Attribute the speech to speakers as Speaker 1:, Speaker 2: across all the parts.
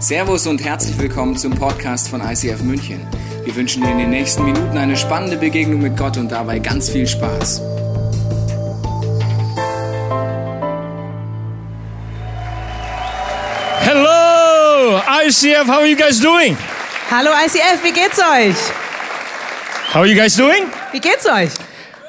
Speaker 1: Servus und herzlich willkommen zum Podcast von ICF München. Wir wünschen dir in den nächsten Minuten eine spannende Begegnung mit Gott und dabei ganz viel Spaß.
Speaker 2: Hello, ICF. How are you guys doing?
Speaker 3: Hallo ICF, wie geht's euch?
Speaker 2: How are you guys doing?
Speaker 3: Wie geht's euch?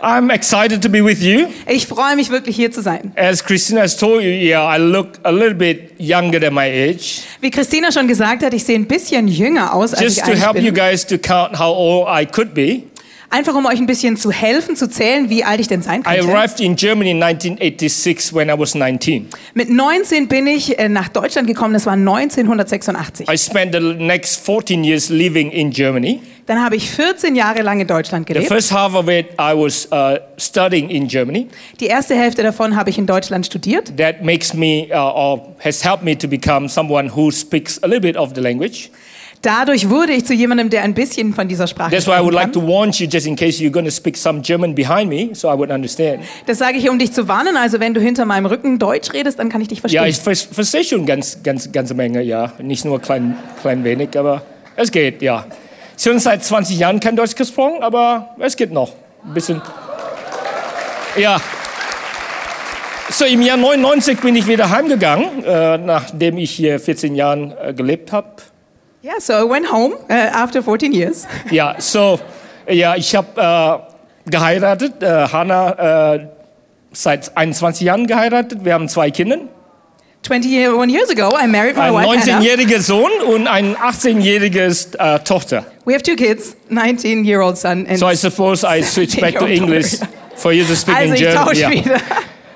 Speaker 2: I'm excited to be with you.
Speaker 3: Ich freue mich wirklich hier zu sein.
Speaker 2: As Christina has told you, yeah, I look a little bit younger than my age.
Speaker 3: Wie Christina schon gesagt hat, ich sehe ein bisschen jünger aus, als
Speaker 2: Just
Speaker 3: ich
Speaker 2: to
Speaker 3: eigentlich
Speaker 2: help you
Speaker 3: bin.
Speaker 2: guys to count how old I could be,
Speaker 3: Einfach um euch ein bisschen zu helfen, zu zählen, wie alt ich denn sein
Speaker 2: I
Speaker 3: könnte.
Speaker 2: arrived in Germany in 1986 when I was 19.
Speaker 3: Mit 19 bin ich äh, nach Deutschland gekommen, das war 1986.
Speaker 2: I spent the next 14 years living in Germany.
Speaker 3: Dann habe ich 14 Jahre lang in Deutschland
Speaker 2: The
Speaker 3: gelebt.
Speaker 2: first half of it, I was uh, studying in Germany.
Speaker 3: Die erste Hälfte davon habe ich in Deutschland studiert.
Speaker 2: That makes me, uh, or has helped me to become someone who speaks a little bit of the language.
Speaker 3: Dadurch wurde ich zu jemandem, der ein bisschen von dieser Sprache
Speaker 2: That's why I
Speaker 3: sprechen
Speaker 2: would
Speaker 3: kann.
Speaker 2: like to warn you, just in case you're going to speak some German behind me, so I would understand.
Speaker 3: Das sage ich, um dich zu warnen. Also wenn du hinter meinem Rücken Deutsch redest, dann kann ich dich verstehen.
Speaker 2: Ja, ich ver verstehe schon ganz, ganz, ganze Menge, ja. Nicht nur klein, klein wenig, aber es geht, ja. Schon seit 20 Jahren kein Deutsch gesprochen, aber es geht noch. Ein bisschen. Ja. So, im Jahr 99 bin ich wieder heimgegangen, äh, nachdem ich hier 14 Jahren äh, gelebt habe.
Speaker 3: Yeah, so I went home uh, after 14 years.
Speaker 2: Ja, so, ja, ich habe äh, geheiratet, äh, Hannah äh, seit 21 Jahren geheiratet. Wir haben zwei Kinder,
Speaker 3: Oh, 21 years ago, I married my
Speaker 2: einen
Speaker 3: wife Anna.
Speaker 2: 19-jährigen Sohn und einen 18-jähriges äh, Tochter.
Speaker 3: We have two kids, 19-year-old son and
Speaker 2: So I suppose I switch back to English for you to speak
Speaker 3: Oh,
Speaker 2: in
Speaker 3: also ich
Speaker 2: German.
Speaker 3: tausche
Speaker 2: Yeah.
Speaker 3: wieder.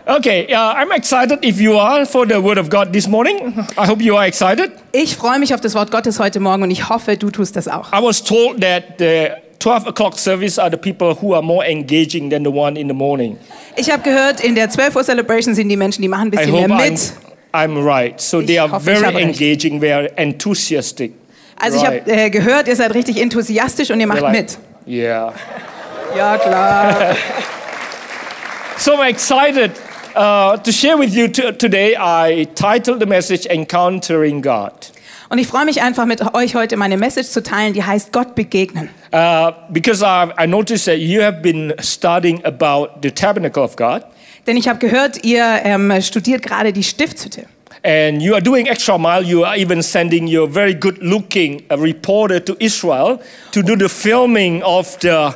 Speaker 2: Okay, yeah, I'm excited if you are for the word of God this morning. I hope you are excited.
Speaker 3: Ich freue mich auf das Wort Gottes heute Morgen und ich hoffe, du tust das auch.
Speaker 2: I was told that the 12 o'clock service are the people who are more engaging than the one in the morning.
Speaker 3: Ich habe gehört, in der 12 Uhr Celebration sind die Menschen, die machen ein
Speaker 2: I
Speaker 3: bisschen
Speaker 2: hope
Speaker 3: mehr
Speaker 2: I'm,
Speaker 3: mit.
Speaker 2: I'm right. So they
Speaker 3: Ich
Speaker 2: are
Speaker 3: hoffe, ich
Speaker 2: very
Speaker 3: habe recht.
Speaker 2: engaging, they are enthusiastic.
Speaker 3: Also ich
Speaker 2: Right.
Speaker 3: habe äh, gehört, ihr seid richtig enthusiastisch und ihr macht
Speaker 2: They're like,
Speaker 3: mit.
Speaker 2: Yeah.
Speaker 3: Ja, klar.
Speaker 2: So I'm excited uh, to share with you t- today. I titled the message Encountering God
Speaker 3: Und ich freue mich einfach, mit euch heute meine Message zu teilen, die heißt Gott begegnen.
Speaker 2: uh, because I, I noticed that you have been studying about the tabernacle of God
Speaker 3: Denn ich habe gehört, ihr ähm, studiert gerade die Stiftshütte.
Speaker 2: and you are doing extra mile. You are even sending your very good looking uh, reporter to Israel to do the filming of the,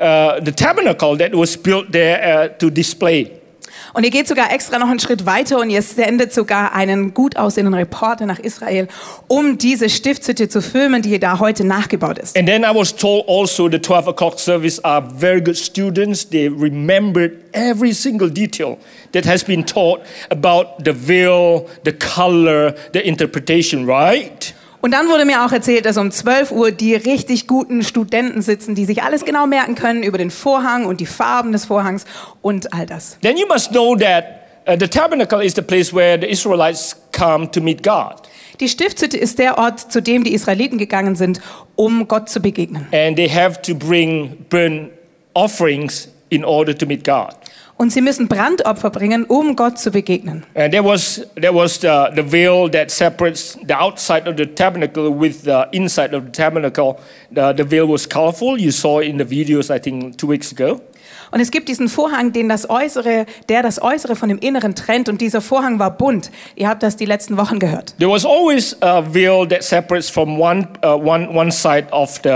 Speaker 2: uh, the tabernacle that was built there uh, to display.
Speaker 3: Und ihr geht sogar extra noch einen Schritt weiter und ihr sendet sogar einen gut aussehenden Reporter nach Israel, um diese Stiftshütte zu filmen, die da heute nachgebaut ist.
Speaker 2: And then I was told also the 12 o'clock service are very good students. They remembered every single detail that has been taught about the veil, the color, the interpretation, right?
Speaker 3: Und dann wurde mir auch erzählt, dass um 12 Uhr die richtig guten Studenten sitzen, die sich alles genau merken können über den Vorhang und die Farben des Vorhangs und all das.
Speaker 2: Then you must know that uh, the tabernacle is the place where the Israelites come to meet God.
Speaker 3: Die Stiftshütte ist der Ort, zu dem die Israeliten gegangen sind, um Gott zu begegnen.
Speaker 2: And they have to bring burnt offerings in order to meet God.
Speaker 3: Und sie müssen Brandopfer bringen, um Gott zu begegnen.
Speaker 2: And there was, there was the, the veil that separates the outside of the tabernacle with the inside of the tabernacle. The, the veil was colorful. You saw it in the videos, I think, two weeks ago.
Speaker 3: Und es gibt diesen Vorhang, den das Äußere, der das Äußere von dem Inneren trennt. Und dieser Vorhang war bunt. Ihr habt das die letzten Wochen gehört.
Speaker 2: There was always a veil that separates from one, uh, one, one side of the,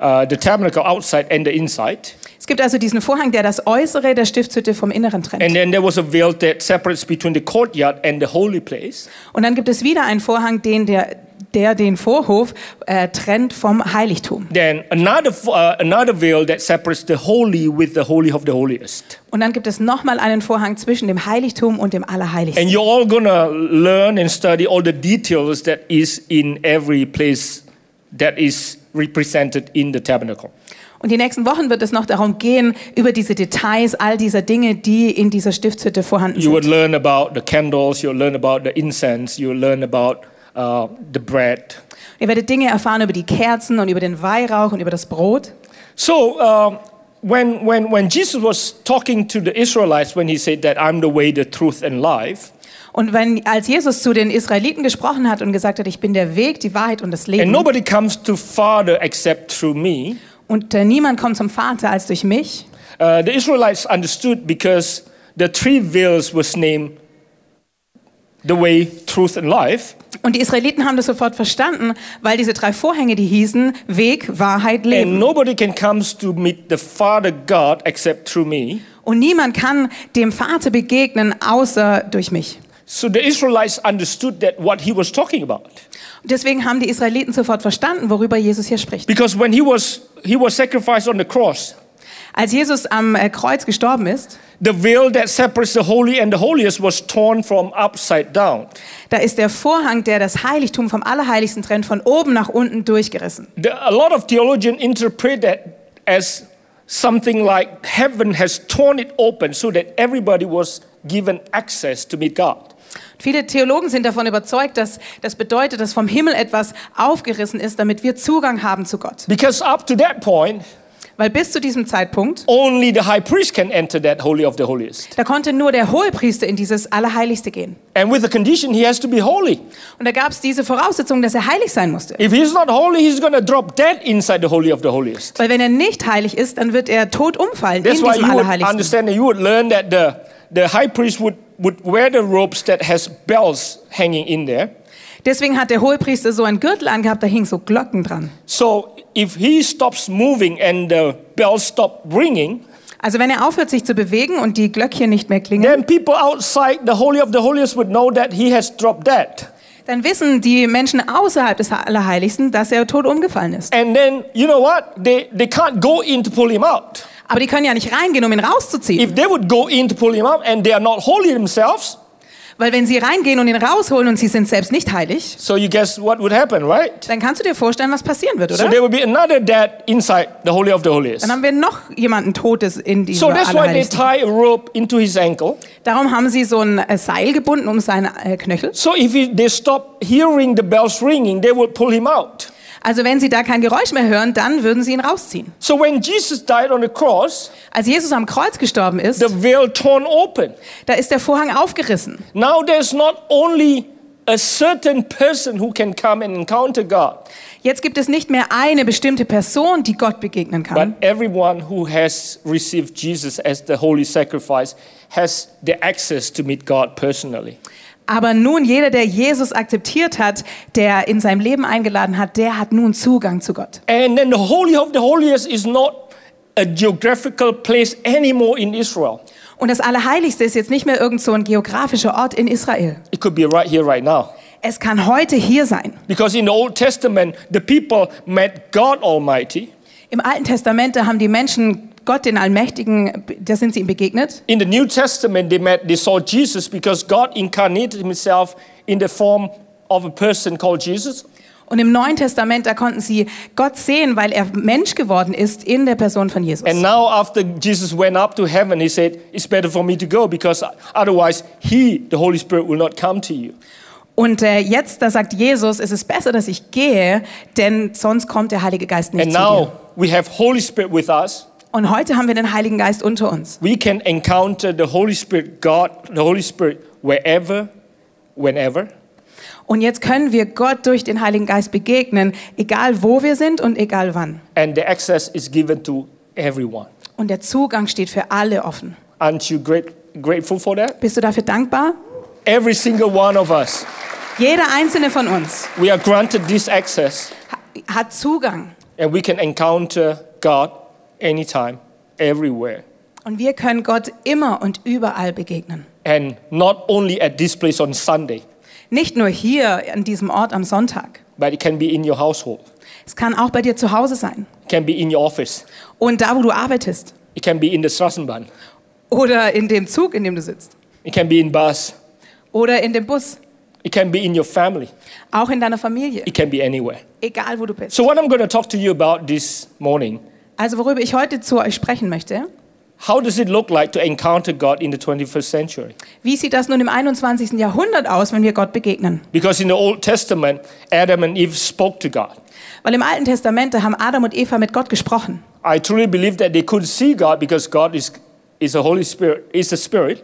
Speaker 2: uh, the tabernacle outside and the inside.
Speaker 3: Es gibt also diesen Vorhang, der das Äußere der Stiftshütte vom Inneren
Speaker 2: And
Speaker 3: trennt.
Speaker 2: then there was a veil that separates between the courtyard and the holy place.
Speaker 3: Und dann gibt es wieder einen Vorhang, den der, der den Vorhof äh, trennt vom Heiligtum.
Speaker 2: Then another, f- uh, another veil that separates the holy with the holy of the holiest.
Speaker 3: Und dann gibt es nochmal einen Vorhang zwischen dem Heiligtum und dem Allerheiligsten.
Speaker 2: And you're all gonna learn and study all the details that is in every place that is represented in the tabernacle.
Speaker 3: Und die nächsten Wochen wird es noch darum gehen, über diese Details all dieser Dinge, die in dieser Stiftshütte vorhanden
Speaker 2: You
Speaker 3: sind.
Speaker 2: would learn about the candles, you'll learn about the incense, you'll learn about uh, the bread.
Speaker 3: Ihr werdet Dinge erfahren über die Kerzen und über den Weihrauch und über das Brot.
Speaker 2: So, uh, when, when, when Jesus was talking to the Israelites, when he said that I'm the way, the truth, and life,
Speaker 3: Und wenn, als Jesus zu den Israeliten gesprochen hat und gesagt hat, ich bin der Weg, die Wahrheit und das
Speaker 2: and
Speaker 3: Leben
Speaker 2: nobody comes to Father except through me,
Speaker 3: und äh, niemand kommt zum Vater als durch mich,
Speaker 2: uh, the Israelites understood because the three veils was named the way, truth, and life.
Speaker 3: und die Israeliten haben das sofort verstanden, weil diese drei Vorhänge, die hießen Weg, Wahrheit, Leben.
Speaker 2: And nobody can come to meet the Father God except through me.
Speaker 3: Und niemand kann dem Vater begegnen, außer durch mich.
Speaker 2: So the Israelites understood that what he was talking about.
Speaker 3: Und Deswegen haben die Israeliten sofort verstanden, worüber Jesus hier spricht.
Speaker 2: Because when he was he was sacrificed on the cross,
Speaker 3: Als Jesus am äh, Kreuz gestorben ist,
Speaker 2: the veil that separates the holy and the holiest was torn from upside down.
Speaker 3: da ist der Vorhang, der das Heiligtum vom Allerheiligsten trennt, von oben nach unten durchgerissen.
Speaker 2: The, a lot of theologians interpret that as something like heaven has torn it open so that everybody was given access to meet God.
Speaker 3: Viele Theologen sind davon überzeugt, dass das bedeutet, dass vom Himmel etwas aufgerissen ist, damit wir Zugang haben zu Gott.
Speaker 2: Because up to that point,
Speaker 3: Weil bis zu diesem Zeitpunkt,
Speaker 2: only the high priest can enter that holy of the holiest.
Speaker 3: da konnte nur der Hohepriester in dieses Allerheiligste gehen.
Speaker 2: And with the condition he has to be holy.
Speaker 3: Und da gab es diese Voraussetzung, dass er heilig sein musste.
Speaker 2: If he's not holy, he's going to drop dead inside the holy of the holiest.
Speaker 3: Weil wenn er nicht heilig ist, dann wird er tot umfallen
Speaker 2: That's
Speaker 3: in
Speaker 2: why
Speaker 3: diesem
Speaker 2: you would
Speaker 3: Allerheiligsten.
Speaker 2: understand that you would learn that the, the high priest would, would wear the robes that has bells hanging in there.
Speaker 3: Deswegen hat der Hohepriester so einen Gürtel angehabt, da hingen so Glocken dran.
Speaker 2: So if he stops moving and the bells stop ringing,
Speaker 3: Also wenn er aufhört, sich zu bewegen und die Glöckchen nicht mehr klingen,
Speaker 2: then people outside the holy of the holiest would know that he has dropped dead.
Speaker 3: dann wissen die Menschen außerhalb des Allerheiligsten, dass er tot umgefallen ist.
Speaker 2: And then you know what? They they can't go in to pull him out.
Speaker 3: Aber die können ja nicht reingehen, um ihn rauszuziehen.
Speaker 2: If they would go in to pull him out and they are not holy themselves,
Speaker 3: Weil wenn sie reingehen und ihn rausholen und sie sind selbst nicht heilig,
Speaker 2: so you guess what would happen, right?
Speaker 3: dann kannst du dir vorstellen, was passieren wird,
Speaker 2: So
Speaker 3: oder?
Speaker 2: there would be another dead inside the holy of the holiest.
Speaker 3: Dann haben wir noch jemanden Totes in diesem
Speaker 2: So that's why they
Speaker 3: Allerheiligsten.
Speaker 2: tie a rope into his ankle.
Speaker 3: Darum haben sie so ein äh, Seil gebunden um seine äh, Knöchel.
Speaker 2: So if he, they stop hearing the bells ringing, they will pull him out.
Speaker 3: Also wenn sie da kein Geräusch mehr hören, dann würden sie ihn rausziehen.
Speaker 2: So when Jesus died on the cross,
Speaker 3: Als Jesus am Kreuz gestorben ist,
Speaker 2: the veil torn open.
Speaker 3: da ist der Vorhang aufgerissen.
Speaker 2: Now there's not only a certain person who can come and encounter God,
Speaker 3: Jetzt gibt es nicht mehr eine bestimmte Person, die Gott begegnen kann,
Speaker 2: but everyone who has received Jesus as the holy sacrifice has the access to meet God personally.
Speaker 3: aber nun jeder, der Jesus akzeptiert hat, der in seinem Leben eingeladen hat, der hat nun Zugang zu Gott.
Speaker 2: And then the holy of the holiest is not a geographical place anymore in Israel.
Speaker 3: Und das Allerheiligste ist jetzt nicht mehr irgend so ein geografischer Ort in Israel.
Speaker 2: It could be right here, right now.
Speaker 3: Es kann heute hier sein.
Speaker 2: Because in the Old Testament, the people met God Almighty.
Speaker 3: Im Alten Testament, da haben die Menschen Gott, den Allmächtigen, da sind sie ihm begegnet.
Speaker 2: In the New Testament, they met, they saw Jesus because God incarnated Himself in the form of a person called Jesus.
Speaker 3: Und im Neuen Testament, da konnten sie Gott sehen, weil er Mensch geworden ist in der Person von Jesus.
Speaker 2: And now, after Jesus went up to heaven, He said, "It's better for me to go because otherwise, He, the Holy Spirit, will not come to you."
Speaker 3: Und äh, jetzt, da sagt Jesus, es ist besser, dass ich gehe, denn sonst kommt der Heilige Geist nicht
Speaker 2: And
Speaker 3: zu
Speaker 2: now
Speaker 3: dir.
Speaker 2: we have Holy Spirit with us.
Speaker 3: Und heute haben wir den Heiligen Geist unter uns.
Speaker 2: We can encounter the Holy Spirit, God, the Holy Spirit, wherever, whenever.
Speaker 3: Und jetzt können wir Gott durch den Heiligen Geist begegnen, egal wo wir sind und egal wann.
Speaker 2: and the access is given to everyone.
Speaker 3: Und der Zugang steht für alle offen.
Speaker 2: Aren't you great, grateful for that?
Speaker 3: Bist du dafür dankbar?
Speaker 2: Every single one of us,
Speaker 3: Jeder einzelne von uns
Speaker 2: we are granted this access
Speaker 3: ha- hat Zugang.
Speaker 2: and we can encounter God anytime, everywhere.
Speaker 3: Und wir können Gott immer und überall begegnen.
Speaker 2: And not only at this place on Sunday,
Speaker 3: Nicht nur hier an diesem Ort am Sonntag.
Speaker 2: but it can be in your household,
Speaker 3: Es kann auch bei dir zu Hause sein.
Speaker 2: it can be in your office,
Speaker 3: Und da, wo du arbeitest.
Speaker 2: it can be in the Strassenbahn,
Speaker 3: Oder in dem Zug, in dem du sitzt.
Speaker 2: it can be in bus,
Speaker 3: Oder in dem Bus.
Speaker 2: it can be in your family,
Speaker 3: Auch in deiner Familie.
Speaker 2: it can be anywhere.
Speaker 3: Egal, wo du bist.
Speaker 2: So, what I'm going to talk to you about this morning
Speaker 3: Also, worüber ich heute zu euch sprechen möchte,
Speaker 2: How does it look like to encounter God in the 21st century?
Speaker 3: Wie sieht das nun im 21. Jahrhundert aus, wenn wir Gott begegnen?
Speaker 2: Because in the Old Testament, Adam and Eve spoke to God.
Speaker 3: Weil im Alten Testament da haben Adam und Eva mit Gott gesprochen.
Speaker 2: I truly believe that they could see God because God is, is a Holy Spirit, is a spirit,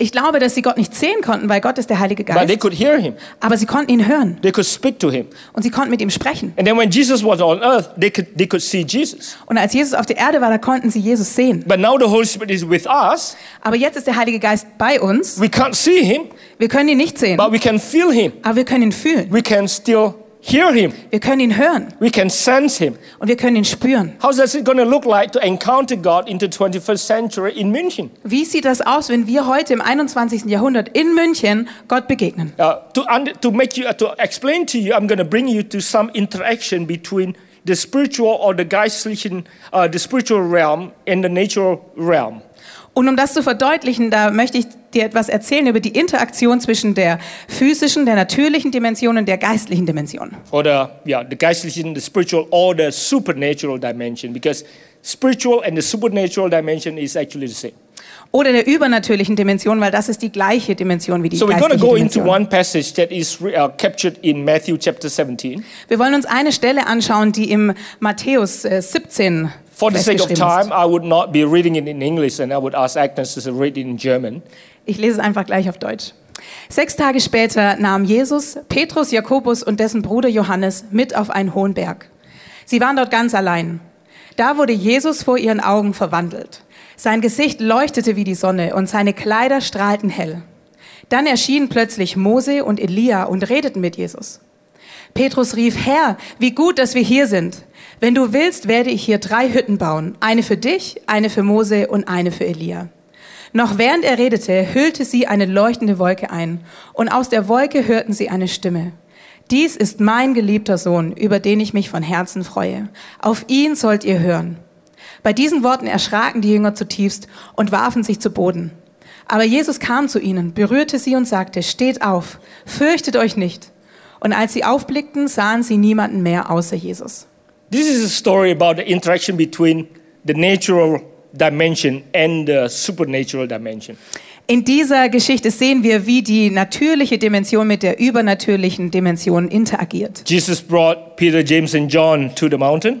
Speaker 3: Ich glaube, dass sie Gott nicht sehen konnten, weil Gott ist der Heilige
Speaker 2: but they
Speaker 3: Geist.
Speaker 2: could hear him.
Speaker 3: Aber sie konnten ihn hören
Speaker 2: They could speak to him.
Speaker 3: und sie konnten mit ihm sprechen.
Speaker 2: And then when Jesus was on earth, they could, they could see Jesus.
Speaker 3: Und als Jesus auf der Erde war, da konnten sie Jesus sehen.
Speaker 2: But now the Holy Spirit is with us.
Speaker 3: Aber jetzt ist der Heilige Geist bei uns.
Speaker 2: We can't see him,
Speaker 3: Wir können ihn nicht sehen,
Speaker 2: but we can feel him.
Speaker 3: aber wir können ihn fühlen.
Speaker 2: We can still hear him.
Speaker 3: Wir können ihn hören
Speaker 2: We can sense him.
Speaker 3: und wir können ihn spüren.
Speaker 2: How's that going to look like to encounter God in the 21st century in München?
Speaker 3: Wie sieht das aus, wenn wir heute im 21. Jahrhundert in München Gott begegnen?
Speaker 2: Uh, to, under, to make you, uh, to explain to you, I'm going to bring you to some interaction between the spiritual or the geistlichen, uh, the spiritual realm and the natural realm.
Speaker 3: Und um das zu verdeutlichen, da möchte ich dir etwas erzählen über die Interaktion zwischen der physischen, der natürlichen Dimension und der geistlichen Dimension.
Speaker 2: or the yeah the geistlichen the spiritual or the supernatural dimension because spiritual and the supernatural dimension is actually the same
Speaker 3: Oder der übernatürlichen Dimension, weil das ist die gleiche Dimension wie die
Speaker 2: so we're going to
Speaker 3: geistliche
Speaker 2: go into
Speaker 3: Dimension.
Speaker 2: one passage that is re- uh, captured in matthew chapter 17
Speaker 3: Wir wollen uns eine Stelle anschauen, die im Matthäus äh, 17
Speaker 2: for the sake of
Speaker 3: festgeschrieben ist.
Speaker 2: time i would not be reading it in english and i would ask agnes to read it in german
Speaker 3: Ich lese es einfach gleich auf Deutsch. Sechs Tage später nahm Jesus Petrus, Jakobus und dessen Bruder Johannes mit auf einen hohen Berg. Sie waren dort ganz allein. Da wurde Jesus vor ihren Augen verwandelt. Sein Gesicht leuchtete wie die Sonne und seine Kleider strahlten hell. Dann erschienen plötzlich Mose und Elia und redeten mit Jesus. Petrus rief, Herr, wie gut, dass wir hier sind. Wenn du willst, werde ich hier drei Hütten bauen. Eine für dich, eine für Mose und eine für Elia. Noch während er redete, hüllte sie eine leuchtende Wolke ein. Und aus der Wolke hörten sie eine Stimme. Dies ist mein geliebter Sohn, über den ich mich von Herzen freue. Auf ihn sollt ihr hören. Bei diesen Worten erschraken die Jünger zutiefst und warfen sich zu Boden. Aber Jesus kam zu ihnen, berührte sie und sagte, steht auf, fürchtet euch nicht. Und als sie aufblickten, sahen sie niemanden mehr außer Jesus.
Speaker 2: this is a story about the interaction between the natural dimension and the supernatural dimension
Speaker 3: In dieser Geschichte sehen wir, wie die natürliche Dimension mit der übernatürlichen Dimension interagiert.
Speaker 2: jesus brought peter james and john to the mountain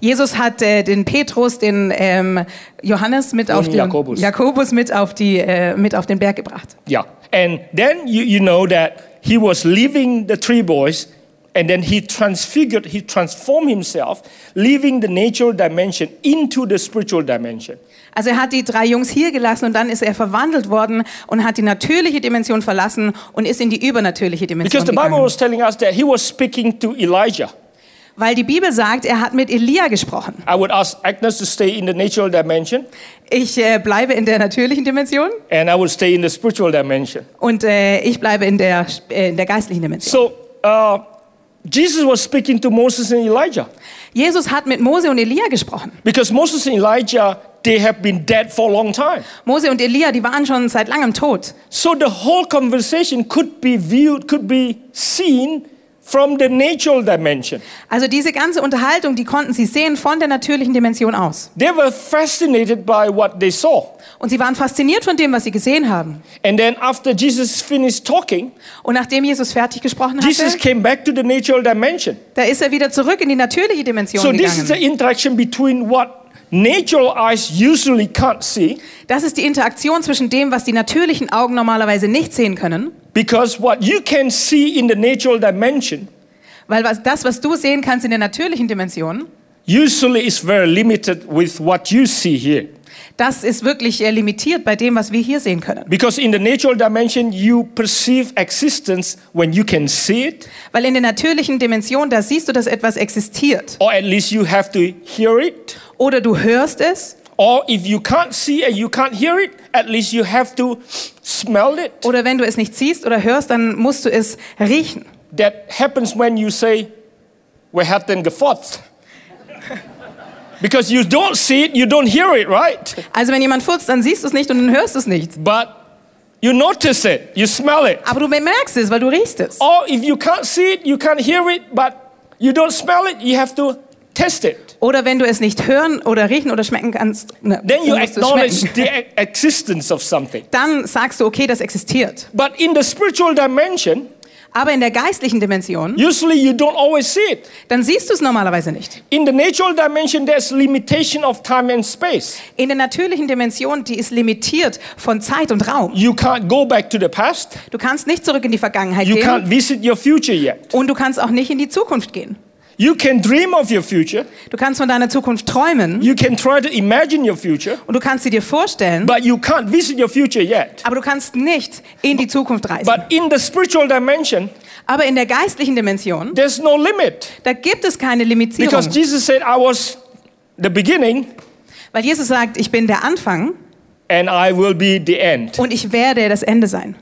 Speaker 3: Jesus hat äh, den Petrus, den ähm, Johannes mit auf
Speaker 2: Und
Speaker 3: den
Speaker 2: Jakobus.
Speaker 3: Jakobus mit auf die äh, mit auf den Berg gebracht.
Speaker 2: Yeah. And then you, you know that he was leaving the three boys and then he transfigured, he transformed himself, leaving the natural dimension into the spiritual dimension.
Speaker 3: Also er hat die drei Jungs hier gelassen und dann ist er verwandelt worden und hat die natürliche Dimension verlassen und ist in die übernatürliche Dimension
Speaker 2: Because the Bible
Speaker 3: gegangen.
Speaker 2: was telling us that he was speaking to Elijah.
Speaker 3: Weil die Bibel sagt, er hat mit Elia gesprochen.
Speaker 2: I would ask Agnes to stay in the natural dimension
Speaker 3: Ich äh, bleibe in der natürlichen Dimension
Speaker 2: and I would stay in the spiritual dimension.
Speaker 3: und äh, ich bleibe in der äh, in der geistlichen Dimension.
Speaker 2: So uh, Jesus was speaking to Moses and Elijah
Speaker 3: Jesus hat mit Mose und Elia gesprochen.
Speaker 2: because Moses and Elijah, they have been dead for a long time.
Speaker 3: Mose und Elia, die waren schon seit langem tot.
Speaker 2: So the whole conversation could be viewed, could be seen from the natural dimension.
Speaker 3: Also diese ganze Unterhaltung, die konnten sie sehen von der natürlichen Dimension aus.
Speaker 2: They were fascinated by what they saw.
Speaker 3: Und sie waren fasziniert von dem, was sie gesehen haben.
Speaker 2: And then after Jesus finished talking,
Speaker 3: Und nachdem Jesus fertig gesprochen
Speaker 2: Jesus
Speaker 3: hatte,
Speaker 2: came back to the natural dimension.
Speaker 3: da ist er wieder zurück in die natürliche Dimension
Speaker 2: So this is the
Speaker 3: gegangen.
Speaker 2: interaction between what natural eyes usually can't see
Speaker 3: Das ist die Interaktion zwischen dem, was die natürlichen Augen normalerweise nicht sehen können.
Speaker 2: because what you can see in the natural dimension
Speaker 3: Weil was, das, was du sehen kannst in der natürlichen Dimension,
Speaker 2: usually is very limited with what you see here.
Speaker 3: das ist wirklich äh, limitiert bei dem, was wir hier sehen können.
Speaker 2: Because in the natural dimension you perceive existence when you can see it
Speaker 3: Weil in der natürlichen Dimension, da siehst du, dass etwas existiert.
Speaker 2: or at least you have to hear it.
Speaker 3: Oder du hörst es,
Speaker 2: Or if you can't see and you can't hear it, at least you have to smell it.
Speaker 3: oder wenn du es nicht siehst oder hörst, dann musst du es riechen.
Speaker 2: That happens when you say, "Wir hatten gefotzt," because you don't see it, you don't hear it, right?
Speaker 3: Also wenn jemand furzt, dann siehst du es nicht und dann hörst du es nicht.
Speaker 2: But you notice it, you smell it.
Speaker 3: Aber du bemerkst es, weil du riechst es.
Speaker 2: Or if you can't see it, you can't hear it, but you don't smell it, you have to taste it.
Speaker 3: Oder wenn du es nicht hören oder riechen oder schmecken kannst, ne,
Speaker 2: then you
Speaker 3: du musst es
Speaker 2: acknowledge
Speaker 3: schmecken.
Speaker 2: the e- existence of something.
Speaker 3: dann sagst du, okay, das existiert.
Speaker 2: But in the spiritual dimension,
Speaker 3: Aber in der geistlichen Dimension,
Speaker 2: usually you don't always see it.
Speaker 3: dann siehst du es normalerweise nicht.
Speaker 2: In the natural dimension, there's limitation of time and space.
Speaker 3: In der natürlichen Dimension, die ist limitiert von Zeit und Raum.
Speaker 2: You can't go back to the past.
Speaker 3: Du kannst nicht zurück in die Vergangenheit
Speaker 2: You can't
Speaker 3: gehen
Speaker 2: visit your future yet.
Speaker 3: und du kannst auch nicht in die Zukunft gehen.
Speaker 2: You can dream of your future.
Speaker 3: Du kannst von deiner Zukunft träumen
Speaker 2: You can try to imagine your future,
Speaker 3: und du kannst sie dir vorstellen,
Speaker 2: but you can't visit your future yet.
Speaker 3: aber du kannst nicht in die Zukunft reisen.
Speaker 2: But in the spiritual dimension,
Speaker 3: Aber in der geistlichen Dimension,
Speaker 2: there's no limit
Speaker 3: da gibt es keine
Speaker 2: because
Speaker 3: Limitierung,
Speaker 2: Jesus said, "I was the beginning,
Speaker 3: weil Jesus sagt, ich bin der Anfang
Speaker 2: and I will be the end."
Speaker 3: und ich werde das Ende sein.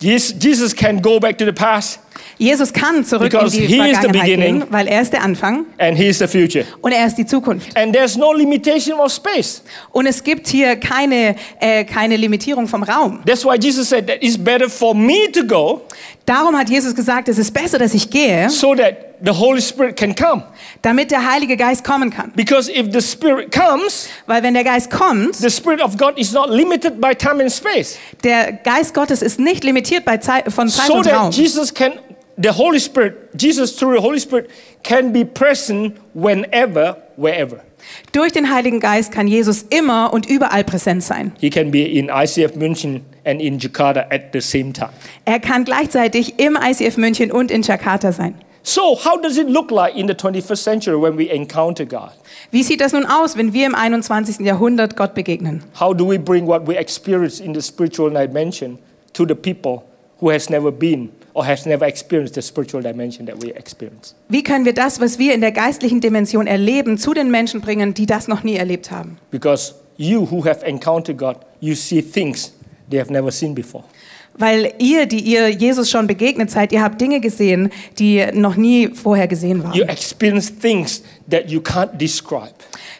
Speaker 2: Yes, Jesus can go back to the past,
Speaker 3: Jesus kann zurück
Speaker 2: Because
Speaker 3: in die
Speaker 2: he is the
Speaker 3: Vergangenheit
Speaker 2: beginning.
Speaker 3: gehen, weil er ist der Anfang
Speaker 2: and He is the future.
Speaker 3: und er ist die Zukunft.
Speaker 2: And there's no limitation of space.
Speaker 3: Und es gibt hier keine, äh, keine Limitierung vom Raum.
Speaker 2: That's why Jesus said that it's better for me to go,
Speaker 3: Darum hat Jesus gesagt, es ist besser, dass ich gehe,
Speaker 2: so that the Holy Spirit can come.
Speaker 3: damit der Heilige Geist kommen kann.
Speaker 2: Because if the Spirit comes,
Speaker 3: Weil wenn der Geist kommt,
Speaker 2: the Spirit of God is not limited by time and space.
Speaker 3: der Geist Gottes ist nicht limitiert bei Zeit, von Zeit
Speaker 2: so
Speaker 3: und
Speaker 2: that
Speaker 3: Raum.
Speaker 2: Jesus can, the Holy Spirit, Jesus through the Holy Spirit can be present whenever, wherever.
Speaker 3: Durch den Heiligen Geist kann Jesus immer und überall präsent sein.
Speaker 2: He can be in ICF München and in Jakarta at the same time.
Speaker 3: Er kann gleichzeitig im ICF München und in Jakarta sein.
Speaker 2: So, how does it look like in the 21st century when we encounter God?
Speaker 3: Wie sieht das nun aus, wenn wir im 21. Jahrhundert Gott begegnen?
Speaker 2: How do we bring what we experience in the spiritual dimension to the people who has never been or has never experienced the spiritual dimension that we experience?
Speaker 3: Wie können wir das, was wir in der geistlichen Dimension erleben, zu den Menschen bringen, die das noch nie erlebt haben?
Speaker 2: Because you who have encountered God, you see things they have never seen before.
Speaker 3: Weil ihr, die ihr Jesus schon begegnet seid, ihr habt Dinge gesehen, die noch nie vorher gesehen
Speaker 2: You
Speaker 3: waren.
Speaker 2: experience things that you can't describe.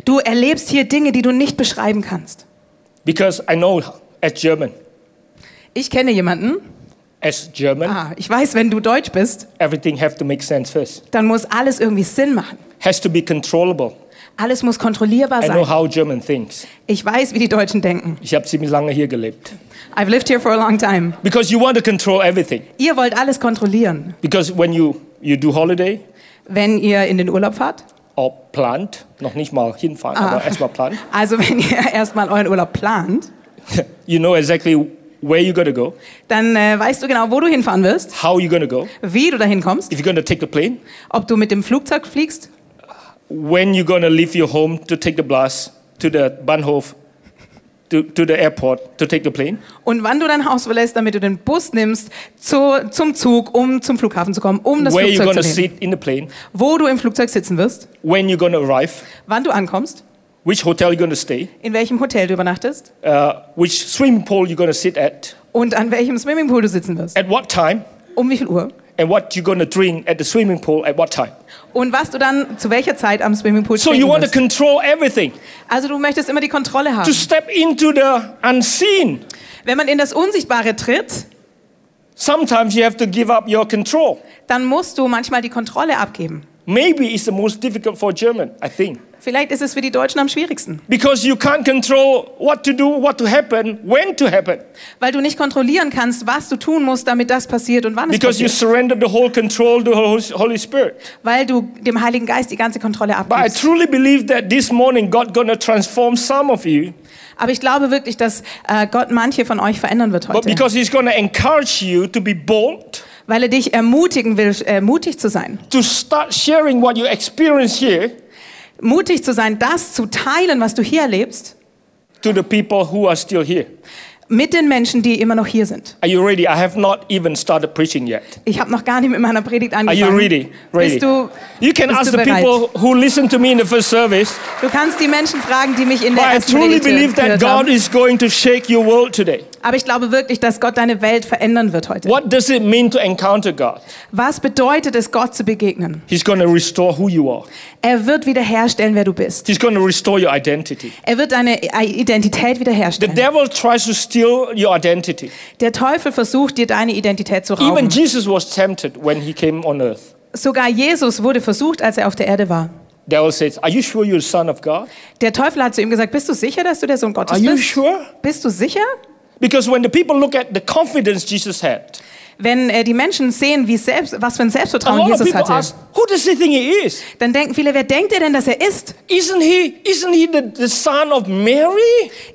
Speaker 3: Du erlebst hier Dinge, die du nicht beschreiben kannst.
Speaker 2: Because I know as German,
Speaker 3: Ich kenne jemanden.
Speaker 2: as German,
Speaker 3: Ah, ich weiß, wenn du Deutsch bist,
Speaker 2: everything have to make sense first.
Speaker 3: dann muss alles irgendwie Sinn machen.
Speaker 2: Has to be controllable.
Speaker 3: Alles muss kontrollierbar
Speaker 2: I know
Speaker 3: sein.
Speaker 2: how German thinks.
Speaker 3: Ich weiß, wie die Deutschen denken.
Speaker 2: Ich habe ziemlich lange hier gelebt.
Speaker 3: I've lived here for a long time.
Speaker 2: Because you want to control everything.
Speaker 3: Ihr wollt alles kontrollieren.
Speaker 2: Because when you, you do holiday,
Speaker 3: Wenn ihr in den Urlaub fahrt,
Speaker 2: or plant, noch nicht mal hinfahren, aber erstmal plant.
Speaker 3: also wenn ihr erstmal euren Urlaub plant,
Speaker 2: You know exactly where you're going to go,
Speaker 3: dann äh, weißt du genau, wo du hinfahren wirst,
Speaker 2: how you're going to go,
Speaker 3: wie du dahin kommst,
Speaker 2: if you're going to take the plane,
Speaker 3: ob du mit dem Flugzeug fliegst,
Speaker 2: when you're going to leave your home to take the bus to the Bahnhof, to, to the airport to take the plane.
Speaker 3: und wann du dein Haus verlässt, damit du den Bus nimmst zu, zum Zug, um zum Flughafen zu kommen, um das
Speaker 2: where you're
Speaker 3: Flugzeug
Speaker 2: going to
Speaker 3: zu nehmen,
Speaker 2: sit in the plane,
Speaker 3: wo du im Flugzeug sitzen wirst,
Speaker 2: when you're going to arrive,
Speaker 3: wann du ankommst,
Speaker 2: which hotel you're going to stay,
Speaker 3: in welchem Hotel du übernachtest
Speaker 2: uh, which swimming pool you're going to sit at,
Speaker 3: und an welchem Swimmingpool du sitzen wirst,
Speaker 2: at what time,
Speaker 3: um wie viel Uhr
Speaker 2: and what you're going to drink at the swimming pool at what time.
Speaker 3: und was du dann zu welcher Zeit am Swimmingpool
Speaker 2: So you
Speaker 3: trinken
Speaker 2: want to
Speaker 3: wirst.
Speaker 2: control everything,
Speaker 3: Also du möchtest immer die Kontrolle
Speaker 2: to
Speaker 3: haben.
Speaker 2: step into the unseen.
Speaker 3: Wenn man in das Unsichtbare tritt,
Speaker 2: Sometimes you have to give up your control.
Speaker 3: dann musst du manchmal die Kontrolle abgeben.
Speaker 2: Maybe it's the most difficult for German, I think.
Speaker 3: Vielleicht ist es für die Deutschen am schwierigsten.
Speaker 2: Because you can't control what to do, what to happen, when to happen.
Speaker 3: Weil du nicht kontrollieren kannst, was du tun musst, damit das passiert und wann es
Speaker 2: Because you
Speaker 3: passiert.
Speaker 2: surrender the whole control to the Hol- Holy Spirit.
Speaker 3: Weil du dem Heiligen Geist die ganze Kontrolle
Speaker 2: But I
Speaker 3: abgibst.
Speaker 2: truly believe that this morning God gonna transform some of you.
Speaker 3: Aber ich glaube wirklich, dass äh, Gott manche von euch verändern wird
Speaker 2: But
Speaker 3: heute.
Speaker 2: because He's gonna encourage you to be bold,
Speaker 3: Weil er dich ermutigen will, äh, mutig zu sein.
Speaker 2: to start sharing what you experience here
Speaker 3: Mutig zu sein, das zu teilen, was du hier erlebst,
Speaker 2: to the people who are still here.
Speaker 3: mit den Menschen, die immer noch hier sind.
Speaker 2: Are you ready? I have not even started preaching yet.
Speaker 3: Ich habe noch gar nicht mit meiner Predigt
Speaker 2: Are you
Speaker 3: angefangen.
Speaker 2: ready? Ready?
Speaker 3: Bist du,
Speaker 2: you can
Speaker 3: bist
Speaker 2: ask
Speaker 3: du
Speaker 2: the
Speaker 3: bereit?
Speaker 2: people who listened to me in the first service.
Speaker 3: Du kannst die Menschen fragen, die mich in der
Speaker 2: But I
Speaker 3: ersten
Speaker 2: truly
Speaker 3: Predigt
Speaker 2: believe that
Speaker 3: gehört
Speaker 2: God
Speaker 3: haben.
Speaker 2: is going to shake your world today.
Speaker 3: Aber ich glaube wirklich, dass Gott deine Welt verändern wird heute.
Speaker 2: What does it mean to encounter God?
Speaker 3: Was bedeutet es, Gott zu begegnen?
Speaker 2: He's going to restore who you are.
Speaker 3: Er wird wiederherstellen, wer du bist.
Speaker 2: He's going to restore your identity.
Speaker 3: Er wird deine Identität
Speaker 2: The
Speaker 3: wiederherstellen.
Speaker 2: devil tries to steal your identity.
Speaker 3: Der Teufel versucht, dir deine Identität zu
Speaker 2: Even
Speaker 3: rauben.
Speaker 2: Jesus was tempted when he came on earth.
Speaker 3: Sogar Jesus wurde versucht, als er auf der Erde war.
Speaker 2: Devil says, Are you sure you're the son of God?
Speaker 3: Der Teufel hat zu ihm gesagt, bist du sicher, dass du der Sohn
Speaker 2: Are
Speaker 3: Gottes
Speaker 2: you
Speaker 3: bist?
Speaker 2: sure?
Speaker 3: Bist du sicher?
Speaker 2: Because when the people look at the confidence Jesus had,
Speaker 3: Wenn äh, die Menschen sehen, wie selbst, was für ein
Speaker 2: a
Speaker 3: Selbstvertrauen
Speaker 2: lot of
Speaker 3: Oh, Jesus
Speaker 2: people
Speaker 3: hatte,
Speaker 2: ask, Who does he think he is?
Speaker 3: dann denken viele, wer denkt er denn, dass er ist?
Speaker 2: Isn't he isn't he the, the son of Mary?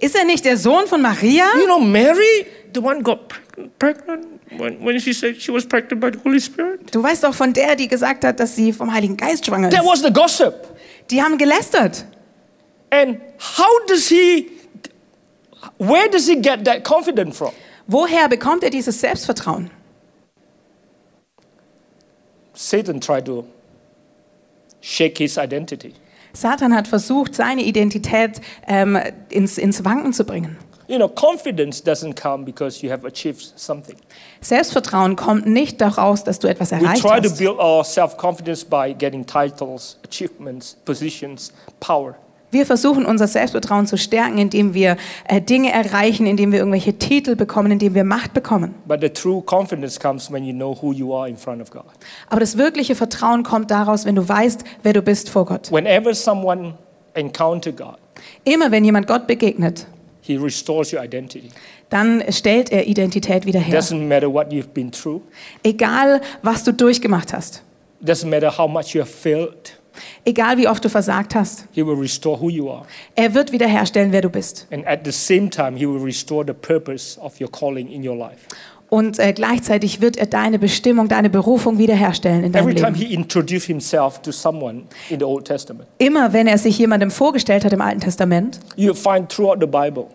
Speaker 3: Ist er nicht der Sohn von Maria?
Speaker 2: You know Mary, the one got preg- pregnant when, when she said she was pregnant by the Holy Spirit?
Speaker 3: Du weißt doch von der, die gesagt hat, dass sie vom Heiligen Geist schwanger
Speaker 2: That
Speaker 3: ist.
Speaker 2: was the gossip.
Speaker 3: Die haben gelästert.
Speaker 2: And how does he, where does he get that confidence from?
Speaker 3: Woher bekommt er dieses Selbstvertrauen?
Speaker 2: Satan tried to shake his identity.
Speaker 3: Satan hat versucht, seine Identität ähm, ins, ins Wanken zu bringen.
Speaker 2: You know, confidence doesn't come because you have achieved something.
Speaker 3: Selbstvertrauen kommt nicht daraus, dass du etwas
Speaker 2: We
Speaker 3: erreicht
Speaker 2: try to
Speaker 3: hast.
Speaker 2: build our self confidence by getting titles, achievements, positions, power.
Speaker 3: Wir versuchen, unser Selbstvertrauen zu stärken, indem wir äh, Dinge erreichen, indem wir irgendwelche Titel bekommen, indem wir Macht bekommen.
Speaker 2: But the true confidence comes when you know who you are in front of God.
Speaker 3: Aber das wirkliche Vertrauen kommt daraus, wenn du weißt, wer du bist vor Gott.
Speaker 2: Whenever someone encounters God,
Speaker 3: Immer wenn jemand Gott begegnet,
Speaker 2: he restores your identity.
Speaker 3: dann stellt er Identität wieder her.
Speaker 2: Doesn't matter what you've been through,
Speaker 3: Egal, was du durchgemacht hast.
Speaker 2: doesn't matter how much you have failed,
Speaker 3: Egal, wie oft du versagt hast.
Speaker 2: he will restore who you are.
Speaker 3: Er wird wiederherstellen, wer du bist.
Speaker 2: And at the same time, He will restore the purpose of your calling in your life.
Speaker 3: Und äh, gleichzeitig wird er deine Bestimmung, deine Berufung wiederherstellen in deinem
Speaker 2: Every time
Speaker 3: Leben.
Speaker 2: He introduced Himself to someone in the Old Testament,
Speaker 3: Immer wenn er sich jemandem vorgestellt hat im Alten Testament,
Speaker 2: you find throughout the Bible,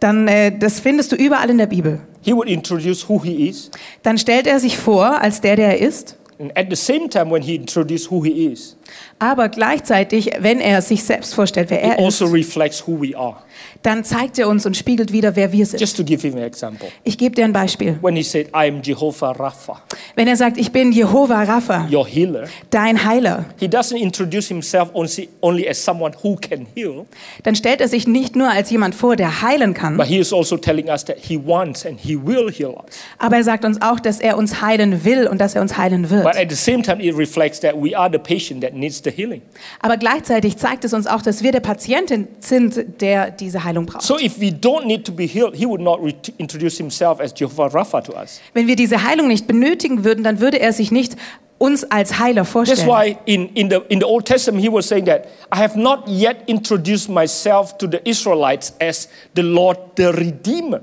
Speaker 3: dann äh, das findest du überall in der Bibel.
Speaker 2: He would introduce who He is.
Speaker 3: Dann stellt er sich vor als der, der er ist.
Speaker 2: And at the same time, when He introduced who He is,
Speaker 3: Aber gleichzeitig, wenn er sich selbst vorstellt, wer
Speaker 2: He
Speaker 3: er ist,
Speaker 2: also reflects who we are.
Speaker 3: dann zeigt er uns und spiegelt wieder, wer wir sind.
Speaker 2: Just to give Him an example,
Speaker 3: Ich gebe dir ein Beispiel.
Speaker 2: when He said, I am Jehovah Rapha,
Speaker 3: Wenn er sagt, ich bin Jehova Rapha,
Speaker 2: your healer,
Speaker 3: dein Heiler,
Speaker 2: He doesn't introduce Himself only- only as someone who can heal,
Speaker 3: dann stellt er sich nicht nur als jemand vor, der heilen kann,
Speaker 2: but He is also telling us that He wants and He will heal us.
Speaker 3: aber er sagt uns auch, dass er uns heilen will und dass er uns heilen
Speaker 2: But
Speaker 3: wird.
Speaker 2: at the same time, it reflects that we are the patient that needs the healing.
Speaker 3: Aber gleichzeitig zeigt es uns auch, dass wir der Patientin sind, der diese Heilung braucht.
Speaker 2: So if we don't need to be healed, he would not re- introduce himself as Jehovah Rapha to us.
Speaker 3: Wenn wir diese Heilung nicht benötigen würden, dann würde er sich nicht uns als Heiler
Speaker 2: That's
Speaker 3: vorstellen.
Speaker 2: why in, in, the, in the Old Testament, he was saying that I have not yet introduced myself to the Israelites as the Lord, the Redeemer.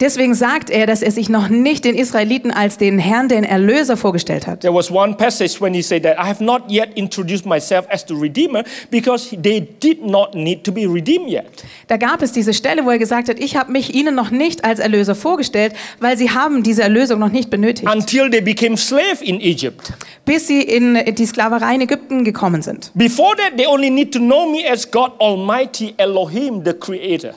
Speaker 3: Deswegen sagt er, dass er sich noch nicht den Israeliten als den Herrn, den Erlöser vorgestellt hat.
Speaker 2: There was one passage when he said that I have not yet introduced myself as the Redeemer because they did not need to be redeemed yet.
Speaker 3: Da gab es diese Stelle, wo er gesagt hat, ich habe mich ihnen noch nicht als Erlöser vorgestellt, weil sie haben diese Erlösung noch nicht benötigt,
Speaker 2: Until they became slave in Egypt.
Speaker 3: bis sie in die Sklaverei in Ägypten gekommen sind.
Speaker 2: Before that, they only need to know me as God Almighty Elohim, the Creator.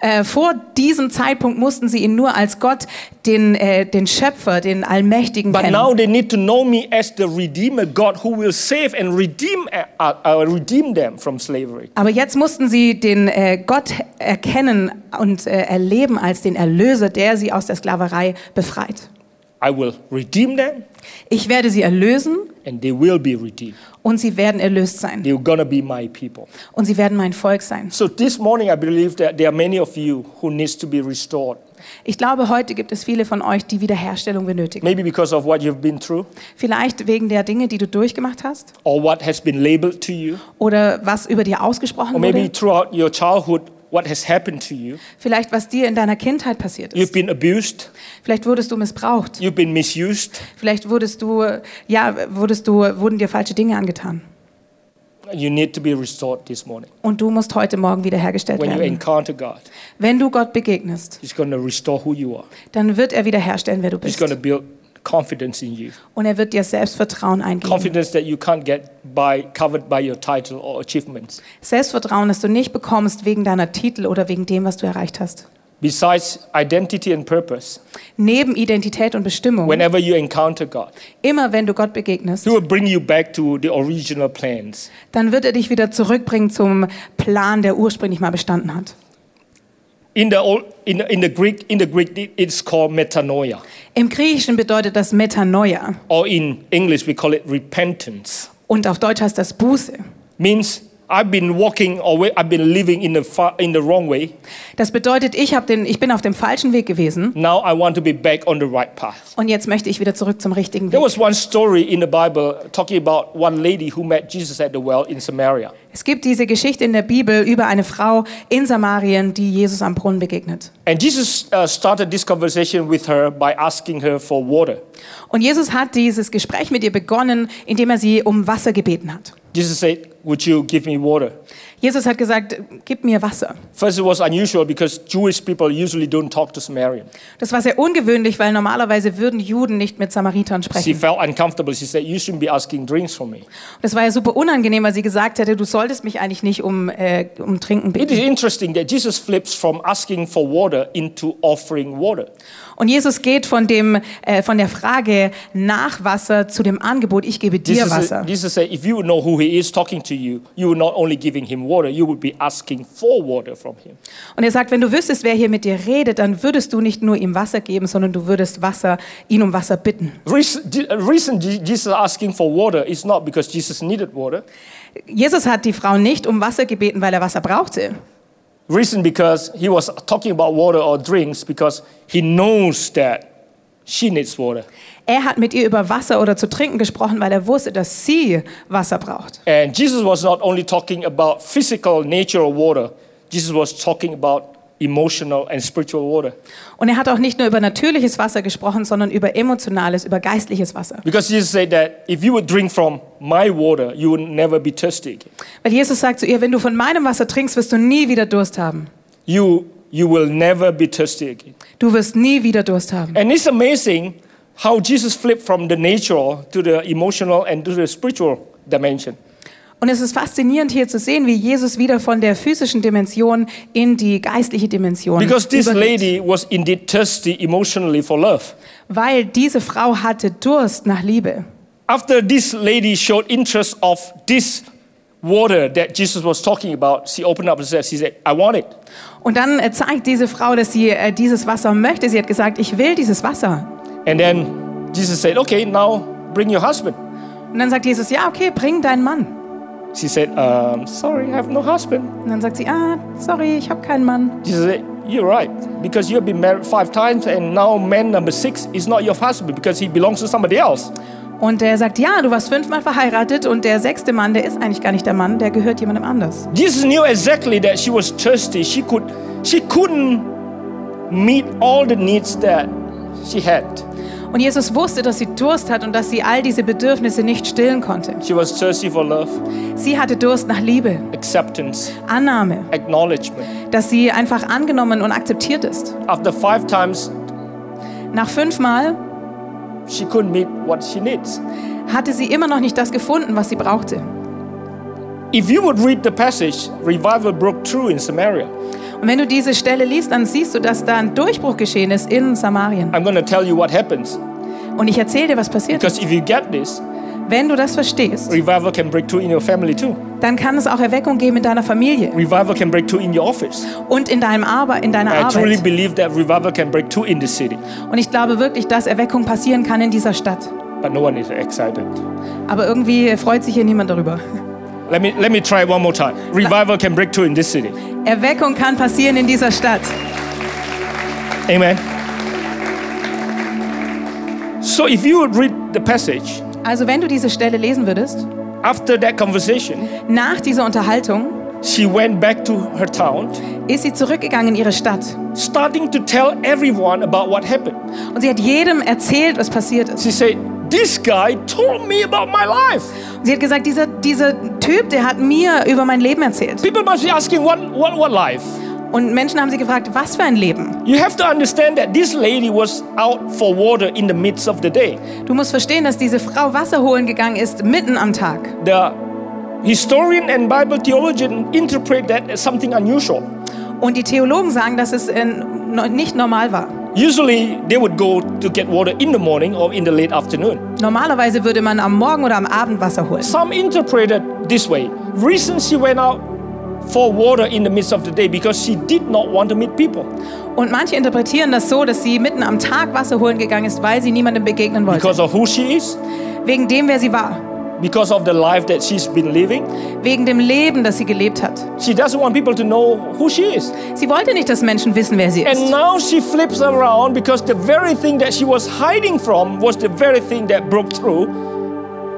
Speaker 3: Äh, vor diesem Zeitpunkt mussten sie ihn nur als Gott, den, äh, den Schöpfer, den Allmächtigen
Speaker 2: But
Speaker 3: kennen.
Speaker 2: now they need to know me as the Redeemer, God who will save and redeem, uh, uh, redeem them from slavery.
Speaker 3: Aber jetzt mussten sie den äh, Gott erkennen und äh, erleben als den Erlöser, der sie aus der Sklaverei befreit.
Speaker 2: I will redeem them,
Speaker 3: Ich werde sie erlösen
Speaker 2: and they will be redeemed.
Speaker 3: und sie werden erlöst sein
Speaker 2: They're gonna be my people.
Speaker 3: und sie werden mein Volk sein.
Speaker 2: So this morning, I believe that there are many of you who needs to be restored.
Speaker 3: Ich glaube, heute gibt es viele von euch, die Wiederherstellung benötigen.
Speaker 2: Maybe because of what you've been through,
Speaker 3: Vielleicht wegen der Dinge, die du durchgemacht hast
Speaker 2: or what has been labeled to you,
Speaker 3: oder was über dir ausgesprochen
Speaker 2: or maybe
Speaker 3: wurde.
Speaker 2: throughout your childhood, what has happened to you.
Speaker 3: Vielleicht was dir in deiner Kindheit passiert
Speaker 2: You've
Speaker 3: ist.
Speaker 2: been abused.
Speaker 3: Vielleicht wurdest du missbraucht.
Speaker 2: You've been misused.
Speaker 3: Vielleicht wurdest du, ja, wurdest du, wurden dir falsche Dinge angetan.
Speaker 2: You need to be restored this morning.
Speaker 3: Und du musst heute Morgen wiederhergestellt
Speaker 2: When you
Speaker 3: werden.
Speaker 2: encounter God,
Speaker 3: Wenn du Gott begegnest,
Speaker 2: He's going to restore who you are.
Speaker 3: dann wird er wiederherstellen, wer du
Speaker 2: It's
Speaker 3: bist.
Speaker 2: going to build confidence in you.
Speaker 3: Und er wird dir Selbstvertrauen eingeben.
Speaker 2: Confidence that you can't get by covered by your title or achievements.
Speaker 3: Selbstvertrauen, das du nicht bekommst wegen deiner Titel oder wegen dem, was du erreicht hast.
Speaker 2: Besides identity and purpose,
Speaker 3: Neben Identität und Bestimmung,
Speaker 2: whenever you encounter God,
Speaker 3: immer wenn du Gott begegnest,
Speaker 2: He will bring you back to the original plans.
Speaker 3: dann wird er dich wieder zurückbringen zum Plan, der ursprünglich mal bestanden hat.
Speaker 2: In the old, in, in the Greek, in the Greek, it- it's called metanoia,
Speaker 3: Im Griechischen bedeutet das Metanoia
Speaker 2: or in English we call it repentance.
Speaker 3: und auf Deutsch heißt das Buße.
Speaker 2: means I've been walking away, I've been living in the, fa- in the wrong way.
Speaker 3: Das bedeutet, ich, hab den, ich bin auf dem falschen Weg gewesen
Speaker 2: Now I want to be back on the right path.
Speaker 3: und jetzt möchte ich wieder zurück zum richtigen
Speaker 2: There
Speaker 3: Weg.
Speaker 2: was one story in the Bible talking about one lady who met Jesus at the well in Samaria.
Speaker 3: Es gibt diese Geschichte in der Bibel über eine Frau in Samarien, die Jesus am Brunnen begegnet.
Speaker 2: And Jesus uh, started this conversation with her by asking her for water.
Speaker 3: Und Jesus hat dieses Gespräch mit ihr begonnen, indem er sie um Wasser gebeten hat.
Speaker 2: Jesus said, Would you give me water?
Speaker 3: Jesus hat gesagt, gib mir Wasser.
Speaker 2: First, it was unusual because Jewish people usually don't talk to Samaritan.
Speaker 3: Das war sehr ungewöhnlich, weil normalerweise würden Juden nicht mit Samaritern
Speaker 2: She
Speaker 3: sprechen.
Speaker 2: felt uncomfortable. She said, You shouldn't be asking drinks from me.
Speaker 3: Das war ja super unangenehm, weil sie gesagt hätte, du solltest mich eigentlich nicht um, äh, um Trinken
Speaker 2: It is
Speaker 3: bitten.
Speaker 2: interesting that Jesus flips from asking for water into offering water.
Speaker 3: Und Jesus geht von, dem, äh, von der Frage nach Wasser zu dem Angebot, ich gebe dir
Speaker 2: Jesus,
Speaker 3: Wasser.
Speaker 2: said- Jesus said, If you would know who he is talking to you, you would not only giving him water, you would be asking for water from him.
Speaker 3: Und er sagt, wenn du wüsstest, wer hier mit dir redet, dann würdest du nicht nur ihm Wasser geben, sondern du würdest Wasser, ihn um Wasser bitten.
Speaker 2: Reason, Je- uh, reason Je- Jesus asking for water is not because Jesus needed water.
Speaker 3: Jesus hat die Frau nicht um Wasser gebeten, weil er Wasser brauchte,
Speaker 2: Reason because he was talking about water or drinks because he knows that she needs water.
Speaker 3: Er hat mit ihr über Wasser oder zu trinken gesprochen, weil er wusste, dass sie Wasser braucht.
Speaker 2: And Jesus was not only talking about physical nature of water, Jesus was talking about emotional and spiritual water.
Speaker 3: Und er hat auch nicht nur über natürliches Wasser gesprochen, sondern über emotionales, über geistliches Wasser.
Speaker 2: Because Jesus said that if you would drink from my water, you would never be thirsty again.
Speaker 3: Weil Jesus sagt zu ihr, wenn du von meinem Wasser trinkst, wirst du nie wieder Durst haben.
Speaker 2: You, you will never be thirsty again.
Speaker 3: Du wirst nie wieder Durst haben.
Speaker 2: And it's amazing how Jesus flipped from the natural to the emotional and to the spiritual dimension.
Speaker 3: Und es ist faszinierend hier zu sehen, wie Jesus wieder von der physischen Dimension in die geistliche Dimension
Speaker 2: Because this
Speaker 3: übergeht.
Speaker 2: lady was indeed thirsty emotionally for love.
Speaker 3: Weil diese Frau hatte Durst nach Liebe.
Speaker 2: After this lady showed interest of this water that Jesus was talking about, she opened up and said, she said, I want it.
Speaker 3: Und dann äh, zeigt diese Frau, dass sie äh, dieses Wasser möchte. Sie hat gesagt, ich will dieses Wasser.
Speaker 2: And then Jesus said, okay, now bring your husband.
Speaker 3: Und dann sagt Jesus, ja, okay, bring deinen Mann.
Speaker 2: She said, um, sorry, I have no husband.
Speaker 3: Und dann sagt sie, ah, sorry, ich habe keinen Mann.
Speaker 2: Jesus said, you're right, because you've been married five times and now man number six is not your husband because he belongs to somebody else.
Speaker 3: Und er sagt, ja, du warst fünfmal verheiratet und der sechste Mann, der ist eigentlich gar nicht der Mann, der gehört jemandem anders.
Speaker 2: Jesus knew exactly that she was thirsty. She, could, she couldn't meet all the needs that she had.
Speaker 3: Und Jesus wusste, dass sie Durst hat und dass sie all diese Bedürfnisse nicht stillen konnte.
Speaker 2: She was thirsty for love,
Speaker 3: Sie hatte Durst nach Liebe,
Speaker 2: acceptance,
Speaker 3: Annahme,
Speaker 2: acknowledgement.
Speaker 3: dass sie einfach angenommen und akzeptiert ist.
Speaker 2: After five times,
Speaker 3: Nach fünfmal
Speaker 2: she couldn't meet what she needs.
Speaker 3: hatte sie immer noch nicht das gefunden, was sie brauchte.
Speaker 2: If you would read the passage, revival broke through in Samaria.
Speaker 3: Und wenn du diese Stelle liest, dann siehst du, dass da ein Durchbruch geschehen ist in Samarien.
Speaker 2: I'm going to tell you what happens.
Speaker 3: Und ich erzähle dir, was passiert ist.
Speaker 2: Because if you get this,
Speaker 3: Wenn du das verstehst,
Speaker 2: revival can break through in your family too.
Speaker 3: dann kann es auch Erweckung geben in deiner Familie
Speaker 2: Revival can break through in your office.
Speaker 3: und in, deinem Arbe in deiner
Speaker 2: I truly
Speaker 3: Arbeit.
Speaker 2: believe that revival can break through in the city,
Speaker 3: Und ich glaube wirklich, dass Erweckung passieren kann in dieser Stadt.
Speaker 2: but no one is excited.
Speaker 3: Aber irgendwie freut sich hier niemand darüber.
Speaker 2: Let me, let me try it one more time. Revival can break through in this city.
Speaker 3: Erweckung kann passieren in dieser Stadt.
Speaker 2: Amen. So if you would read the passage,
Speaker 3: Also wenn du diese Stelle lesen würdest,
Speaker 2: after that conversation,
Speaker 3: nach dieser Unterhaltung
Speaker 2: she went back to her town,
Speaker 3: ist sie zurückgegangen in ihre Stadt.
Speaker 2: starting to tell everyone about what happened.
Speaker 3: Und sie hat jedem erzählt, was passiert ist.
Speaker 2: She said, This guy told me about my life.
Speaker 3: Sie hat gesagt, dieser, dieser Typ, der hat mir über mein Leben erzählt.
Speaker 2: People must be asking, What, what, what life?
Speaker 3: Und Menschen haben sie gefragt, was für ein Leben?
Speaker 2: You have to understand that this lady was out for water in the midst of the day.
Speaker 3: Du musst verstehen, dass diese Frau Wasser holen gegangen ist, mitten am Tag.
Speaker 2: The historian and Bible theologian interpret that as something unusual.
Speaker 3: Und die Theologen sagen, dass es äh, no- nicht normal war.
Speaker 2: Usually, they would go to get water in the morning or in the late afternoon.
Speaker 3: Normalerweise würde man am Morgen oder am Abend Wasser holen.
Speaker 2: Some interpret it this way. Reason she went out for water in the midst of the day because she did not want to meet people.
Speaker 3: Und manche interpretieren das so, dass sie mitten am Tag Wasser holen gegangen ist, weil sie niemandem begegnen wollte.
Speaker 2: Because of who she is,
Speaker 3: Wegen dem, wer sie war.
Speaker 2: because of the life that she's been living.
Speaker 3: wegen dem Leben, das sie gelebt hat.
Speaker 2: She doesn't want people to know who she is.
Speaker 3: Sie wollte nicht, dass Menschen wissen, wer sie
Speaker 2: And
Speaker 3: ist.
Speaker 2: now she flips around because the very thing that she was hiding from was the very thing that broke through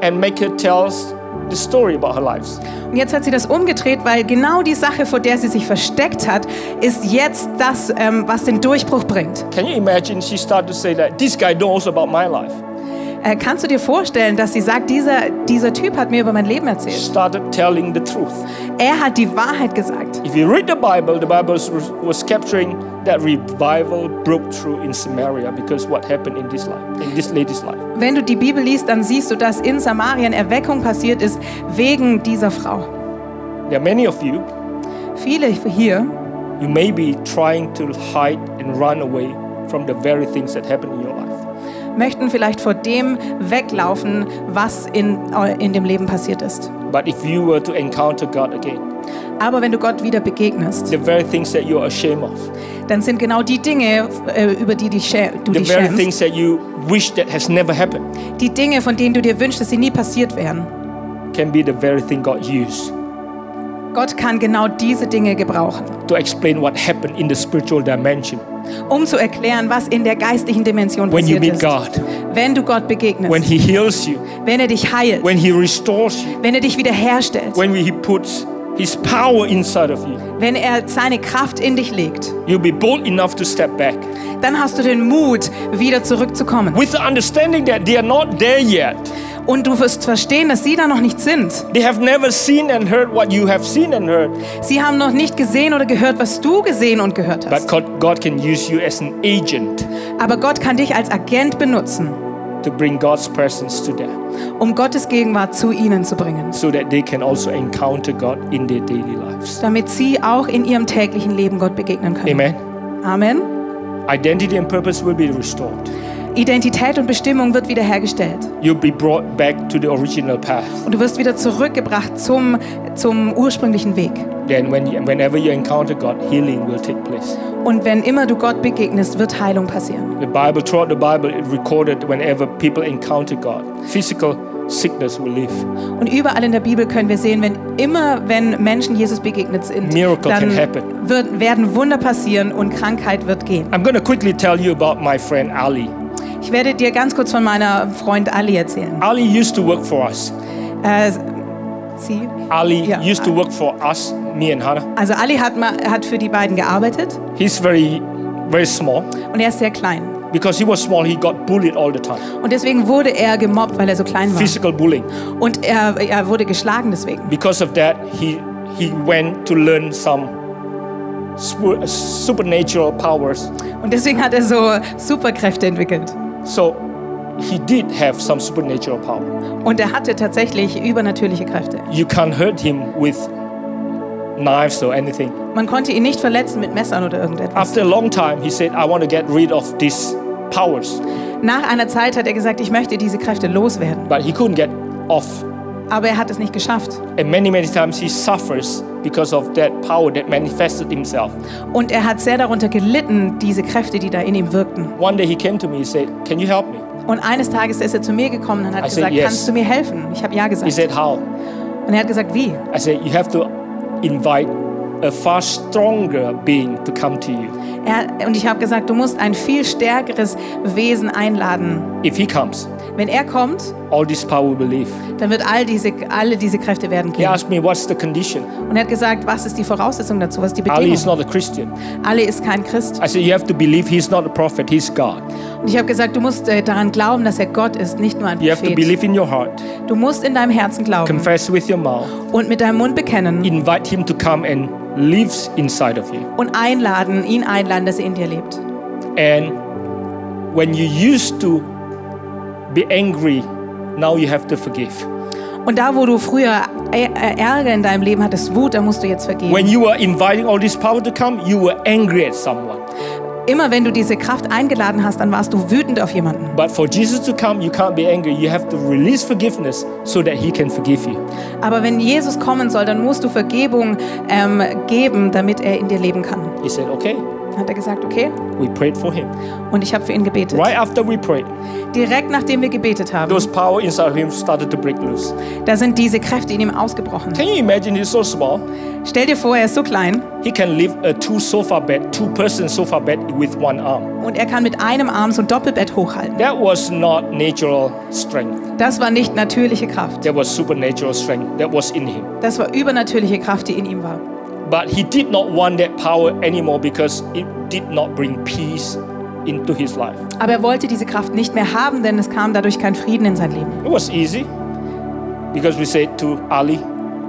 Speaker 2: and make her tell s- the story about her life.
Speaker 3: Und jetzt hat sie das umgedreht, weil genau die Sache, vor der sie sich versteckt hat, ist jetzt das, ähm, was den Durchbruch bringt.
Speaker 2: Can you imagine? She started to say that this guy knows about my life.
Speaker 3: Äh, kannst du dir vorstellen, dass sie sagt, dieser, dieser Typ hat mir über mein Leben
Speaker 2: She
Speaker 3: erzählt?
Speaker 2: started telling the truth.
Speaker 3: Er hat die Wahrheit gesagt.
Speaker 2: If you read the Bible, the Bible was- was capturing that revival broke through in Samaria because what happened in this life, in this lady's life.
Speaker 3: Wenn du die Bibel liest, dann siehst du, dass in Samarien Erweckung passiert ist wegen dieser Frau.
Speaker 2: There are many of you
Speaker 3: Viele hier,
Speaker 2: You may be trying to hide and run away from the very things that happen in your life.
Speaker 3: möchten vielleicht vor dem weglaufen, was in, äh, in dem Leben passiert ist.
Speaker 2: But if you were to encounter God again,
Speaker 3: Aber wenn du Gott wieder begegnest,
Speaker 2: the very things that you're ashamed of,
Speaker 3: dann sind genau die Dinge, äh, über die dich schä- du
Speaker 2: the
Speaker 3: dich
Speaker 2: very
Speaker 3: schämst,
Speaker 2: things that you wish that has never happened,
Speaker 3: die Dinge, von denen du dir wünschst, dass sie nie passiert wären.
Speaker 2: can be the very thing God used
Speaker 3: Gott kann genau diese Dinge gebrauchen,
Speaker 2: to explain what happened in the spiritual dimension
Speaker 3: um zu erklären, was in der geistlichen Dimension
Speaker 2: when you
Speaker 3: passiert
Speaker 2: meet
Speaker 3: ist.
Speaker 2: God,
Speaker 3: Wenn du Gott begegnest,
Speaker 2: when He heals you,
Speaker 3: wenn er dich heilt,
Speaker 2: when He restores you,
Speaker 3: wenn er dich wiederherstellt,
Speaker 2: when He puts His power inside of you.
Speaker 3: wenn er seine Kraft in dich legt,
Speaker 2: You'll be bold enough to step back
Speaker 3: dann hast du den Mut, wieder zurückzukommen.
Speaker 2: with the understanding that they are not there yet.
Speaker 3: Und du wirst verstehen, dass sie da noch nicht sind.
Speaker 2: They have never seen and heard what you have seen and heard.
Speaker 3: Sie haben noch nicht gesehen oder gehört, was du gesehen und gehört
Speaker 2: But
Speaker 3: hast.
Speaker 2: God, God can use you as an agent
Speaker 3: Aber Gott kann dich als Agent benutzen.
Speaker 2: to bring God's presence to them
Speaker 3: um Gottes Gegenwart zu ihnen zu bringen,
Speaker 2: so that they can also encounter God in their daily lives.
Speaker 3: damit sie auch in ihrem täglichen Leben Gott begegnen können.
Speaker 2: Amen.
Speaker 3: Amen.
Speaker 2: Identity and purpose will be restored.
Speaker 3: Identität und Bestimmung wird wiederhergestellt
Speaker 2: You'll be brought back to the original path.
Speaker 3: und du wirst wieder zurückgebracht zum, zum ursprünglichen Weg.
Speaker 2: Then, when you, whenever you encounter God, healing will take place.
Speaker 3: Und wenn immer du Gott begegnest, wird Heilung passieren.
Speaker 2: The Bible, throughout the Bible, it recorded whenever people encounter God, physical sickness will leave.
Speaker 3: Und überall in der Bibel können wir sehen, wenn immer, wenn Menschen Jesus begegnet sind,
Speaker 2: Miracle can
Speaker 3: dann
Speaker 2: happen.
Speaker 3: wird, werden Wunder passieren und Krankheit wird gehen.
Speaker 2: I'm going to quickly tell you about my friend Ali.
Speaker 3: Ich werde dir ganz kurz von meiner Freund Ali erzählen.
Speaker 2: Ali used to work for us.
Speaker 3: Äh, sie?
Speaker 2: Ali
Speaker 3: Yeah.
Speaker 2: used to work for us, me and Hannah.
Speaker 3: Also Ali hat, ma- hat für die beiden gearbeitet.
Speaker 2: He's very, very small.
Speaker 3: Und er ist sehr klein.
Speaker 2: Because he was small, he got bullied all the time.
Speaker 3: Und deswegen wurde er gemobbt, weil er so klein war.
Speaker 2: Physical bullying.
Speaker 3: Und er, er wurde geschlagen deswegen.
Speaker 2: Because of that, he he went to learn some spu- supernatural powers.
Speaker 3: Und deswegen hat er so Superkräfte entwickelt.
Speaker 2: So he did have some supernatural power.
Speaker 3: Und er hatte tatsächlich übernatürliche Kräfte.
Speaker 2: You can't hurt him with knives or anything.
Speaker 3: Man konnte ihn nicht verletzen mit Messern oder irgendetwas.
Speaker 2: After a long time, he said, "I want to get rid of these powers,"
Speaker 3: Nach einer Zeit hat er gesagt, ich möchte diese Kräfte loswerden.
Speaker 2: but he couldn't get off.
Speaker 3: Aber er hat es nicht geschafft.
Speaker 2: And many, many times he suffers because of that power that manifested himself.
Speaker 3: Und er hat sehr darunter gelitten, diese Kräfte, die da in ihm wirkten.
Speaker 2: One day he came to me. He said, "Can you help me?"
Speaker 3: Und eines Tages ist er zu mir gekommen und hat
Speaker 2: I said
Speaker 3: gesagt,
Speaker 2: yes.
Speaker 3: kannst du mir helfen? Ich habe ja
Speaker 2: He
Speaker 3: gesagt.
Speaker 2: said, "How?"
Speaker 3: Und er hat gesagt, wie?
Speaker 2: I said, you have to invite a far stronger being to come to you.
Speaker 3: Er, und ich habe gesagt, du musst ein viel stärkeres Wesen einladen.
Speaker 2: If he comes,
Speaker 3: Wenn er kommt,
Speaker 2: all this power will leave.
Speaker 3: dann wird all diese, alle diese Kräfte werden
Speaker 2: He
Speaker 3: gehen.
Speaker 2: asked me, what's the condition?
Speaker 3: Und er hat gesagt, was ist die Voraussetzung dazu, was ist die
Speaker 2: Ali is
Speaker 3: Bedingung?
Speaker 2: not a Christian.
Speaker 3: Ali ist kein Christ.
Speaker 2: I said, you have to believe he's not a prophet, he's God.
Speaker 3: Und ich habe gesagt, du musst äh, daran glauben, dass er Gott ist, nicht nur ein
Speaker 2: You have to
Speaker 3: Prophet.
Speaker 2: believe in your heart,
Speaker 3: Du musst in deinem Herzen glauben
Speaker 2: confess with your mouth,
Speaker 3: und mit deinem Mund bekennen
Speaker 2: invite him to come and lives inside of you.
Speaker 3: und einladen, ihn einladen, dass er in dir lebt.
Speaker 2: And when you used to be angry, now you have to forgive.
Speaker 3: Und da, wo du früher Ä- Ä- Ärger in deinem Leben hattest, Wut, da musst du jetzt vergeben.
Speaker 2: When you were inviting all this power to come, you were angry at someone.
Speaker 3: Immer wenn du diese Kraft eingeladen hast, dann warst du wütend auf jemanden.
Speaker 2: But for Jesus to come, you can't be angry. You have to release forgiveness so that He can forgive you.
Speaker 3: Aber wenn Jesus kommen soll, dann musst du Vergebung ähm, geben, damit er in dir leben kann.
Speaker 2: He said, Okay,
Speaker 3: Hat er gesagt, okay.
Speaker 2: We prayed for him.
Speaker 3: Und ich habe für ihn gebetet.
Speaker 2: Right after we prayed,
Speaker 3: Direkt nachdem wir gebetet haben,
Speaker 2: those power inside him started to break loose.
Speaker 3: da sind diese Kräfte in ihm ausgebrochen.
Speaker 2: Can you imagine? He's so small.
Speaker 3: Stell dir vor, er ist so klein
Speaker 2: He can lift a two sofa bed, two person sofa bed with one arm.
Speaker 3: und er kann mit einem Arm so ein Doppelbett hochhalten.
Speaker 2: That was not natural strength.
Speaker 3: Das war nicht natürliche Kraft.
Speaker 2: That was supernatural strength that was in him.
Speaker 3: Das war übernatürliche Kraft, die in ihm war.
Speaker 2: But he did not want that power anymore because it did not bring peace into his life.
Speaker 3: Aber er wollte diese Kraft nicht mehr haben, denn es kam dadurch kein Frieden in sein Leben.
Speaker 2: It was easy because we said to Ali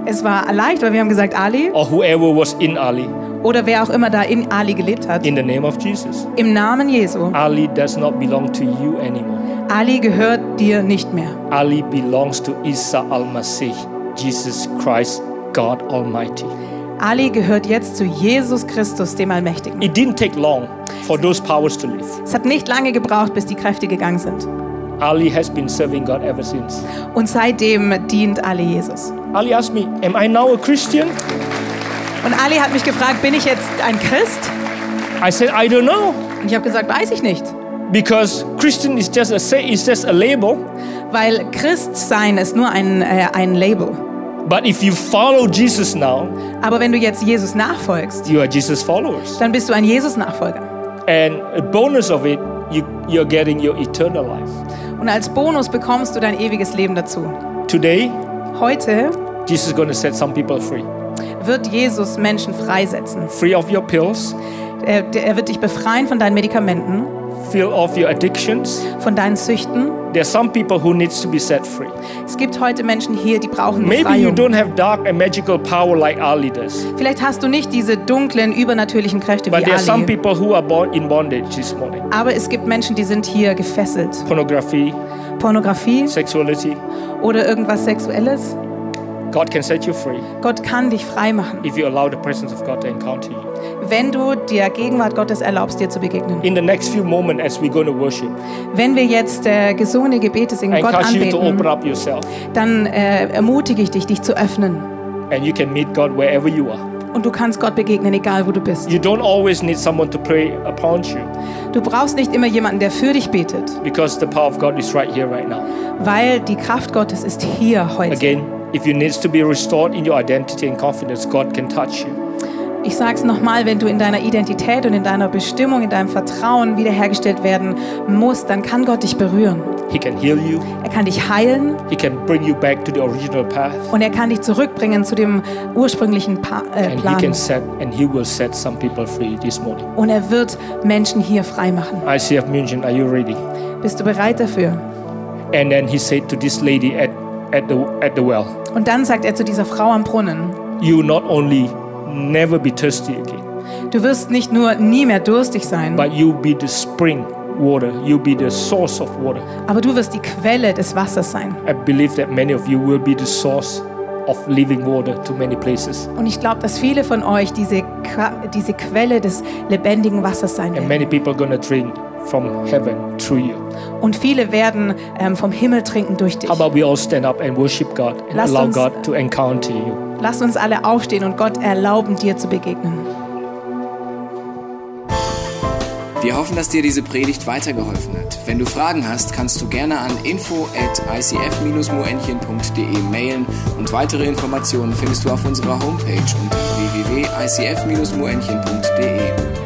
Speaker 3: Es war leicht, weil wir haben gesagt, Ali
Speaker 2: or whoever was in Ali,
Speaker 3: oder wer auch immer da in Ali gelebt hat,
Speaker 2: in the name of Jesus,
Speaker 3: im Namen Jesu,
Speaker 2: Ali does not belong to you anymore.
Speaker 3: Ali gehört dir nicht mehr.
Speaker 2: Ali belongs to Isa al Masih, Jesus Christ, God Almighty.
Speaker 3: Ali gehört jetzt zu Jesus Christus, dem Allmächtigen.
Speaker 2: It didn't take long for those powers to leave.
Speaker 3: Es hat nicht lange gebraucht, bis die Kräfte gegangen sind.
Speaker 2: Ali has been serving God ever since.
Speaker 3: Und seitdem dient Ali Jesus.
Speaker 2: Ali asked me, Am I now a Christian?
Speaker 3: Und Ali hat mich gefragt, bin ich jetzt ein Christ?
Speaker 2: I said, I don't know.
Speaker 3: Und ich habe gesagt, weiß ich nicht.
Speaker 2: Because Christian is just a say is just a label.
Speaker 3: Weil Christ sein ist nur ein, äh, ein Label.
Speaker 2: But if you follow Jesus now,
Speaker 3: Aber wenn du jetzt Jesus nachfolgst,
Speaker 2: you are Jesus followers.
Speaker 3: dann bist du ein Jesus-Nachfolger.
Speaker 2: And a bonus of it, you, you're getting your eternal life.
Speaker 3: Und als Bonus bekommst du dein ewiges Leben dazu.
Speaker 2: Today,
Speaker 3: Heute
Speaker 2: Jesus is going to set some people free.
Speaker 3: wird Jesus Menschen freisetzen.
Speaker 2: Free of your pills,
Speaker 3: Er, er wird dich befreien von deinen Medikamenten,
Speaker 2: free of your addictions.
Speaker 3: von deinen Süchten.
Speaker 2: There are some people who needs to be set free.
Speaker 3: Es gibt heute Menschen hier, die brauchen
Speaker 2: Maybe you
Speaker 3: Befreiung.
Speaker 2: don't have dark and magical power like Ali does.
Speaker 3: Vielleicht hast du nicht diese dunklen, übernatürlichen Kräfte
Speaker 2: But
Speaker 3: wie
Speaker 2: there are some
Speaker 3: Ali.
Speaker 2: people who are born in bondage this morning.
Speaker 3: Aber es gibt Menschen, die sind hier gefesselt.
Speaker 2: Pornography,
Speaker 3: Pornografie
Speaker 2: sexuality.
Speaker 3: oder irgendwas Sexuelles.
Speaker 2: God can set you free
Speaker 3: Gott kann dich frei machen,
Speaker 2: if you allow the presence of God to encounter you.
Speaker 3: wenn du der Gegenwart Gottes erlaubst, dir zu begegnen.
Speaker 2: In the next few moments, as we're going to worship,
Speaker 3: Wenn wir jetzt äh, gesungene Gebete singen,
Speaker 2: I
Speaker 3: Gott
Speaker 2: encourage you to open
Speaker 3: anbeten,
Speaker 2: up yourself
Speaker 3: dann äh, ermutige ich dich, dich zu öffnen.
Speaker 2: and you can meet God wherever you are.
Speaker 3: Und du kannst Gott begegnen, egal wo du bist.
Speaker 2: You don't always need someone to pray upon you
Speaker 3: Du brauchst nicht immer jemanden, der für dich betet,
Speaker 2: because the power of God is right here, right now.
Speaker 3: weil die Kraft Gottes ist hier heute.
Speaker 2: Again, if you needs to be restored in your identity and confidence, God can touch you.
Speaker 3: Ich sage es nochmal, wenn du in deiner Identität und in deiner Bestimmung, in deinem Vertrauen wiederhergestellt werden musst, dann kann Gott dich berühren.
Speaker 2: He can heal you.
Speaker 3: Er kann dich heilen
Speaker 2: He can bring you back to the original path.
Speaker 3: und er kann dich zurückbringen zu dem ursprünglichen pa äh,
Speaker 2: And he can
Speaker 3: Plan.
Speaker 2: set and he will set some people free this morning.
Speaker 3: Und er wird Menschen hier freimachen.
Speaker 2: ICF München, are you ready?
Speaker 3: Bist du bereit dafür?
Speaker 2: And then he said to this lady at, at, the, at the well,
Speaker 3: Und dann sagt er zu dieser Frau am Brunnen,
Speaker 2: You not only never be thirsty again,
Speaker 3: du wirst nicht nur nie mehr durstig sein,
Speaker 2: but you be the spring water, you be the source of water.
Speaker 3: aber du wirst die Quelle des Wassers sein.
Speaker 2: I believe that many of you will be the source of living water to many places.
Speaker 3: Und ich glaube, dass viele von euch diese, Qua- diese Quelle des lebendigen Wassers sein
Speaker 2: And
Speaker 3: werden.
Speaker 2: many people gonna drink from heaven through you.
Speaker 3: Und viele werden ähm, vom Himmel trinken durch dich.
Speaker 2: How about we all stand up and worship God and
Speaker 3: Lasst
Speaker 2: allow
Speaker 3: uns-
Speaker 2: God to encounter you?
Speaker 3: Lass uns alle aufstehen und Gott erlauben, dir zu begegnen.
Speaker 1: Wir hoffen, dass dir diese Predigt weitergeholfen hat. Wenn du Fragen hast, kannst du gerne an info at icf-moenchen.de E mailen und weitere Informationen findest du auf unserer Homepage unter www.icf-moenchen.de.